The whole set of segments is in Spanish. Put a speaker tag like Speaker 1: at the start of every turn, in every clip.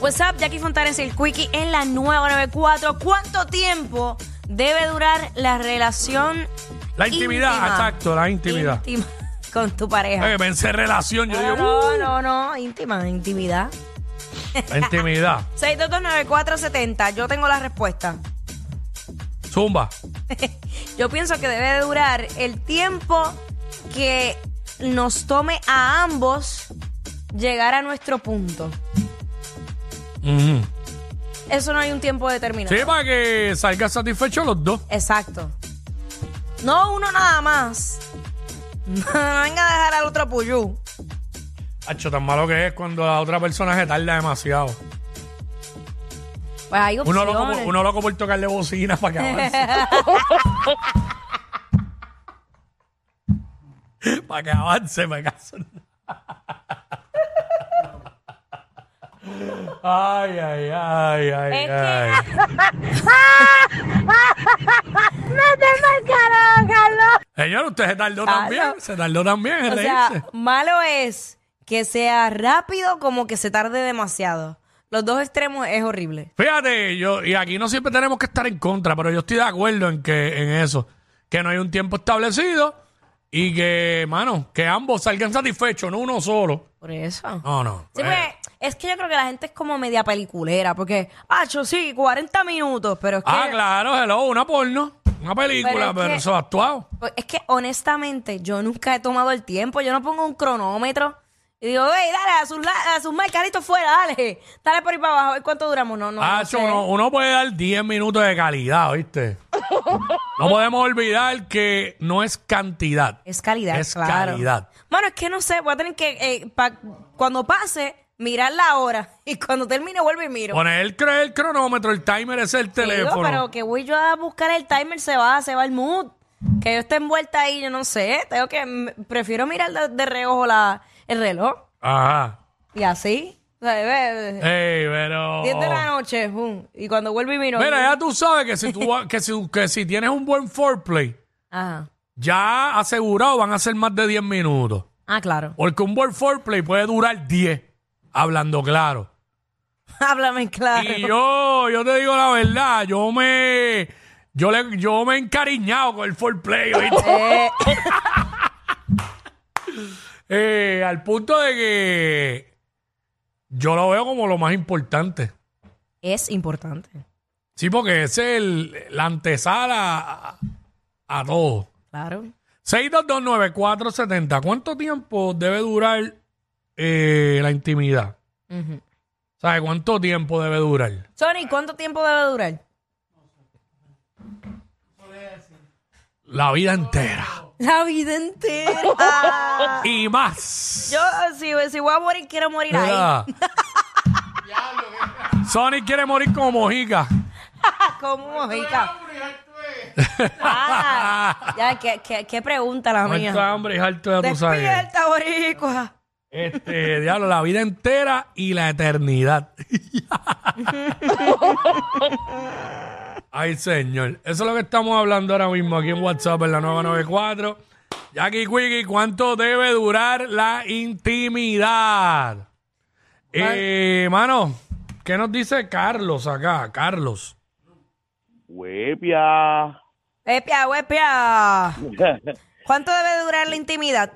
Speaker 1: What's up, Jackie Fontanes y el Quickie en la nueva 94. ¿Cuánto tiempo debe durar la relación?
Speaker 2: La intimidad,
Speaker 1: íntima?
Speaker 2: exacto, la intimidad.
Speaker 1: Íntima con tu pareja.
Speaker 2: Eh, pensé relación, yo
Speaker 1: No,
Speaker 2: digo,
Speaker 1: no, no, no, íntima, intimidad.
Speaker 2: "Uh, la intimidad.
Speaker 1: 6229470, yo tengo la respuesta.
Speaker 2: Zumba.
Speaker 1: Yo pienso que debe de durar el tiempo que nos tome a ambos llegar a nuestro punto.
Speaker 2: Ujú.
Speaker 1: Eso no hay un tiempo determinado.
Speaker 2: Sí, para que salgan satisfechos los dos.
Speaker 1: Exacto. No uno nada más. No venga a dejar al otro puyú.
Speaker 2: Hacho, tan malo que es cuando la otra persona se tarda demasiado.
Speaker 1: Pues hay
Speaker 2: Uno
Speaker 1: opciones.
Speaker 2: loco, por- uno loco por tocarle bocina para que avance. para que avance, me caso. en- ay, ay, ay, ay,
Speaker 1: Es que-
Speaker 2: ay. Señor, usted se tardó
Speaker 1: Claro.
Speaker 2: también. Se tardó también en
Speaker 1: O
Speaker 2: reírse.
Speaker 1: sea, malo es que sea rápido como que se tarde demasiado. Los dos extremos es horrible.
Speaker 2: Fíjate, yo, y aquí no siempre tenemos que estar en contra, pero yo estoy de acuerdo en que en eso, que no hay un tiempo establecido y que, mano, que ambos salgan satisfechos, no uno solo.
Speaker 1: Por eso.
Speaker 2: No, no.
Speaker 1: Sí, pues,
Speaker 2: Eh,
Speaker 1: porque es que yo creo que la gente es como media peliculera, porque, ah, yo sí, 40 minutos, pero es que...
Speaker 2: ah, claro, hello, una porno, una película,
Speaker 1: Pero es
Speaker 2: pero,
Speaker 1: que-
Speaker 2: eso es actuado.
Speaker 1: Pues Es que honestamente yo nunca he tomado el tiempo, yo no pongo un cronómetro y digo, hey, dale, a sus, la- a sus marcaritos fuera, dale, dale por ahí para abajo, a ver cuánto duramos. No, no,
Speaker 2: Ah,
Speaker 1: no sé.
Speaker 2: uno, uno puede dar 10 minutos de calidad, ¿viste? no podemos olvidar que no es cantidad.
Speaker 1: Es calidad,
Speaker 2: Es
Speaker 1: claro.
Speaker 2: calidad.
Speaker 1: Bueno, es que no sé, voy a tener que, eh, pa- cuando pase, mirar la hora y cuando termine vuelvo y miro.
Speaker 2: Poner el, cr- el cronómetro, el timer es el
Speaker 1: Te digo,
Speaker 2: teléfono.
Speaker 1: pero que voy yo a buscar el timer, se va, se va el mood. Que yo esté envuelta ahí, yo no sé, tengo que, m- prefiero mirar de, de reojo la, el reloj
Speaker 2: Ajá.
Speaker 1: y así. O sea, ve- ve-
Speaker 2: Ey, pero...
Speaker 1: 10 de la noche, pum, y cuando vuelvo y miro.
Speaker 2: Oh. Mira, ya tú sabes que si, tú, va- que si, que si tienes un buen foreplay,
Speaker 1: Ajá.
Speaker 2: ya asegurado van a ser más de 10 minutos.
Speaker 1: Ah, claro.
Speaker 2: Porque un buen foreplay puede durar 10, hablando claro.
Speaker 1: Háblame claro.
Speaker 2: Y yo, yo te digo la verdad, yo me... Yo, le, yo me he encariñado con el foreplay, ¿oíste?
Speaker 1: Eh,
Speaker 2: Eh, al punto de que yo lo veo como lo más importante.
Speaker 1: es importante.
Speaker 2: Sí, porque es el, la antesala a, a todo.
Speaker 1: Claro.
Speaker 2: 6229470. ¿Cuánto tiempo debe durar eh, la intimidad?
Speaker 1: Ujú.
Speaker 2: ¿Sabes cuánto tiempo debe durar?
Speaker 1: Sony, ¿cuánto tiempo debe durar?
Speaker 2: La vida entera.
Speaker 1: La vida entera. Ah,
Speaker 2: Y más.
Speaker 1: yo, si, si voy a morir, quiero morir ahí.
Speaker 2: Mira. Sonic quiere morir como mojica.
Speaker 1: Como mojica. Ah, ya, ¿qué, qué, qué pregunta la
Speaker 2: Muerto de
Speaker 1: mía?
Speaker 2: hambre y harto de tu sangre.
Speaker 1: Despierta, boricua.
Speaker 2: Este, diablo, la vida entera y la eternidad. Ay, señor. Eso es lo que estamos hablando ahora mismo aquí en WhatsApp en la 994. Jackie Quickie, ¿cuánto debe durar la intimidad? Eh, mano, ¿qué nos dice Carlos acá? Carlos.
Speaker 3: Huepia.
Speaker 1: Huepia, huepia. ¿Cuánto debe durar la intimidad?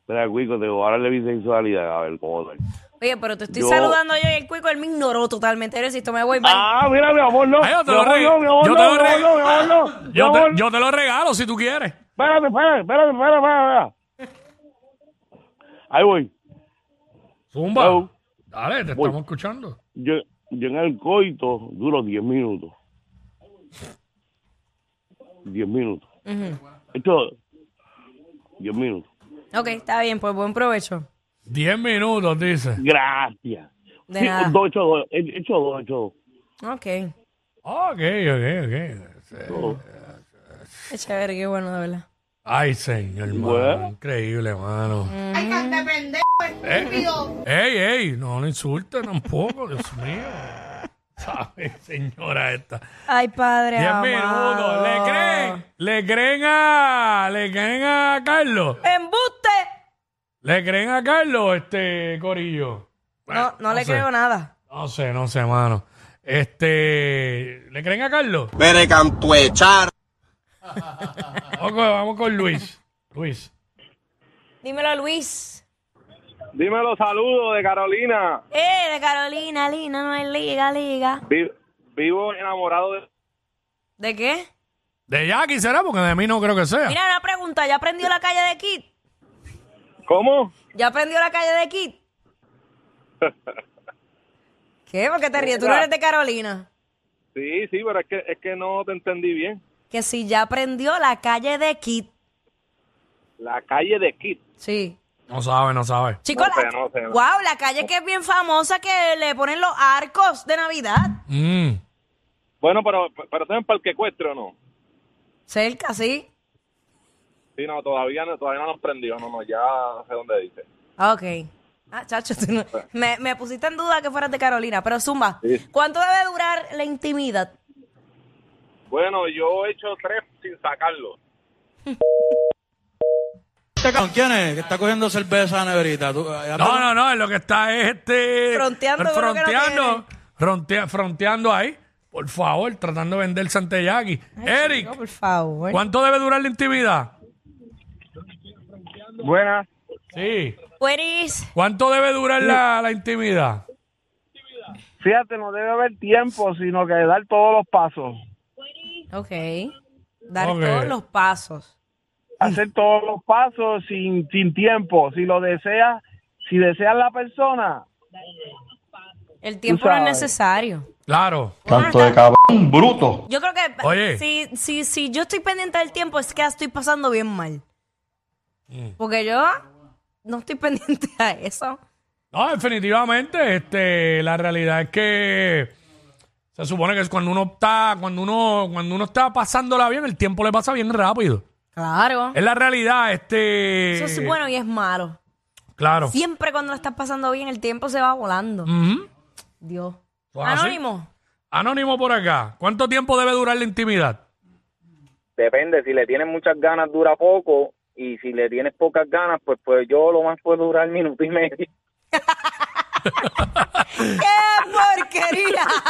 Speaker 3: Espera, Cuico, te voy a hablar de bisexualidad, a ver cómo tal.
Speaker 1: Oye, pero te estoy
Speaker 3: Yo-
Speaker 1: saludando yo y el cuico, él me ignoró totalmente. Eres si esto me voy bye.
Speaker 3: Ah, mira, mi amor, no.
Speaker 2: Ay, yo te
Speaker 3: Mi
Speaker 2: lo
Speaker 3: amor,
Speaker 2: re-
Speaker 3: no, mi
Speaker 2: yo
Speaker 3: amor, no,
Speaker 2: te lo
Speaker 3: mi amor,
Speaker 2: re-
Speaker 3: no, mi amor, no. Mi
Speaker 2: Yo te,
Speaker 3: amor,
Speaker 2: yo te lo regalo si tú quieres.
Speaker 3: Espérate, espérate, espérate, espérate, espérate. espérate. Ahí voy.
Speaker 2: Zumba.
Speaker 3: Hello.
Speaker 2: Dale, te
Speaker 3: Voy.
Speaker 2: estamos escuchando.
Speaker 3: Yo, yo en el coito duro 10 minutos. 10 minutos. Esto, 10 minutos.
Speaker 1: Ok, está bien, pues buen provecho.
Speaker 2: Diez minutos, dice.
Speaker 3: Gracias.
Speaker 1: De
Speaker 3: Sí,
Speaker 1: nada.
Speaker 3: dos, hecho dos, he- hecho dos, hecho dos.
Speaker 1: Ok.
Speaker 2: Ok, ok, ok.
Speaker 1: Qué chévere, qué bueno, de verdad.
Speaker 2: Ay, señor, mano.
Speaker 3: Bueno.
Speaker 2: Increíble, mano. Ay, pendejo, Ey, ey, no lo insulte tampoco, Dios mío. ¿Sabes, señora esta?
Speaker 1: Ay, padre.
Speaker 2: Diez
Speaker 1: amado.
Speaker 2: minutos. ¿Le creen? ¿Le creen a... ¿Le creen a Carlos?
Speaker 1: ¡Embuste!
Speaker 2: ¿Le creen a Carlos, este, Corillo?
Speaker 1: No, no le
Speaker 2: sé.
Speaker 1: creo nada.
Speaker 2: No sé, no sé, mano. Este, ¿le creen a Carlos?
Speaker 4: Vere cantuechar.
Speaker 2: Vamos con, vamos con Luis. Luis.
Speaker 1: Dímelo, Luis.
Speaker 3: Dímelo, saludos de Carolina.
Speaker 1: Eh, de Carolina, Lina, no es liga, liga.
Speaker 3: Vi- vivo enamorado de...
Speaker 1: ¿De qué?
Speaker 2: De Jackie será, porque de mí no creo que sea.
Speaker 1: Mira, una pregunta. ¿Ya aprendió la calle de Kit?
Speaker 3: ¿Cómo?
Speaker 1: ¿Ya aprendió la calle de Kit? ¿Qué? ¿Por qué te ríes? Tú no eres de Carolina.
Speaker 3: Sí, sí, pero es que, es que no te entendí bien.
Speaker 1: Que si ya aprendió la calle de Kit.
Speaker 3: La calle de Kit.
Speaker 1: Sí.
Speaker 2: No sabe, no sabe.
Speaker 1: Chicos,
Speaker 3: No sé,
Speaker 1: la...
Speaker 3: no sé, no.
Speaker 1: wow, la calle que es bien famosa que le ponen los arcos de Navidad.
Speaker 2: Mm.
Speaker 3: Bueno, pero, pero ¿saben para el que cuestre o no?
Speaker 1: Cerca, sí.
Speaker 3: Sí, no, todavía no, todavía no nos prendió. No, no, ya sé dónde dice.
Speaker 1: Ah, Ok. Ah, chacho, tú no- me, me pusiste en duda que fueras de Carolina, pero Zumba,
Speaker 3: Sí.
Speaker 1: ¿cuánto debe durar la intimidad?
Speaker 3: Bueno, yo he hecho tres sin sacarlo.
Speaker 5: ¿Con quién es? Que está cogiendo cerveza en la neverita. ¿Tú, eh,
Speaker 2: No, no, no, es lo que está es este.
Speaker 1: Fronteando con lo que no
Speaker 2: fronteando, frontea- fronteando ahí. Por favor, tratando de vender Santellaki. Eric,
Speaker 1: No, pues. por favor.
Speaker 2: ¿cuánto debe durar la intimidad?
Speaker 3: Buenas.
Speaker 2: Sí.
Speaker 1: Pueris,
Speaker 2: ¿Cuánto debe durar la, la intimidad?
Speaker 3: Fíjate, no debe haber tiempo, sino que dar todos los pasos.
Speaker 1: Ok. Dar
Speaker 2: Ok.
Speaker 1: todos los pasos.
Speaker 3: Hacer todos los pasos sin, sin tiempo. Si lo deseas, si deseas la persona.
Speaker 1: El tiempo no es
Speaker 3: sabes.
Speaker 1: necesario.
Speaker 2: Claro.
Speaker 6: Tanto de cabrón bruto.
Speaker 1: Ah, Yo creo que
Speaker 2: Oye.
Speaker 1: Si, si, si yo estoy pendiente del tiempo es que la estoy pasando bien mal.
Speaker 2: Mm.
Speaker 1: Porque yo no estoy pendiente a eso.
Speaker 2: No, definitivamente, este, la realidad es que se supone que es cuando uno está, cuando uno, cuando uno está pasándola bien, el tiempo le pasa bien rápido.
Speaker 1: Claro.
Speaker 2: Es la realidad, este.
Speaker 1: Eso es bueno y es malo.
Speaker 2: Claro.
Speaker 1: Siempre cuando lo estás pasando bien el tiempo se va volando.
Speaker 2: Ujú.
Speaker 1: Dios.
Speaker 2: Pues Mm. así.
Speaker 1: Anónimo.
Speaker 2: Anónimo por acá. ¿Cuánto tiempo debe durar la intimidad?
Speaker 7: depende, si le tienes muchas ganas dura poco y si le tienes pocas ganas, pues pues yo lo más puedo durar minuto y medio.
Speaker 1: ¡Qué porquería!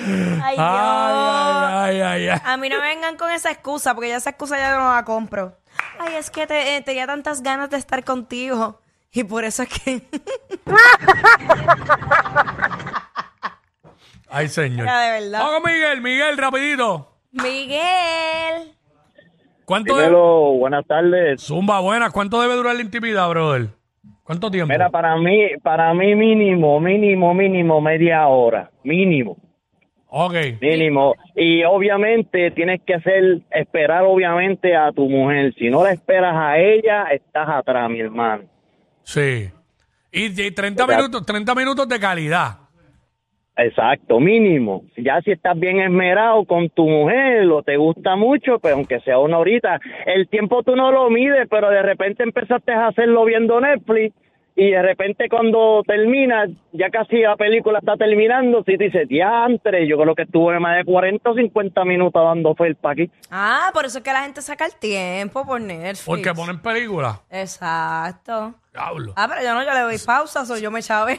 Speaker 1: Ay, Dios.
Speaker 2: Ay, ay, ay, ay.
Speaker 1: A mí no me vengan con esa excusa, porque ya esa excusa ya no la compro. Ay, es que te, eh, tenía tantas ganas de estar contigo. Y por eso es que.
Speaker 2: Ay, señor.
Speaker 1: Era de verdad.
Speaker 2: Vamos, con Miguel, Miguel, rapidito.
Speaker 1: Miguel.
Speaker 2: ¿Cuánto debe-
Speaker 7: Dímelo, Oh, buenas tardes.
Speaker 2: Zumba, buena. ¿Cuánto debe durar la intimidad, brother? ¿Cuánto tiempo?
Speaker 7: Mira, para mí, para mí mínimo, mínimo, mínimo media hora, mínimo,
Speaker 2: Ok.
Speaker 7: mínimo. Y obviamente tienes que hacer esperar obviamente a tu mujer. Si no la esperas a ella, estás atrás, mi hermano.
Speaker 2: Sí. Y, y 30
Speaker 7: Mira.
Speaker 2: minutos, 30 minutos de calidad.
Speaker 7: Exacto, mínimo. Ya si estás bien esmerado con tu mujer o te gusta mucho, pues aunque sea una horita, el tiempo tú no lo mides, pero de repente empezaste a hacerlo viendo Netflix y de repente cuando terminas, ya casi la película está terminando, si te dices, diantre, yo creo que estuve más de 40 o 50 minutos dando felpa aquí.
Speaker 1: Ah, por eso es que la gente saca el tiempo por Netflix.
Speaker 2: Porque ponen películas.
Speaker 1: Exacto.
Speaker 2: Diablo.
Speaker 1: Ah, pero yo no, yo le doy pausas o yo me chave.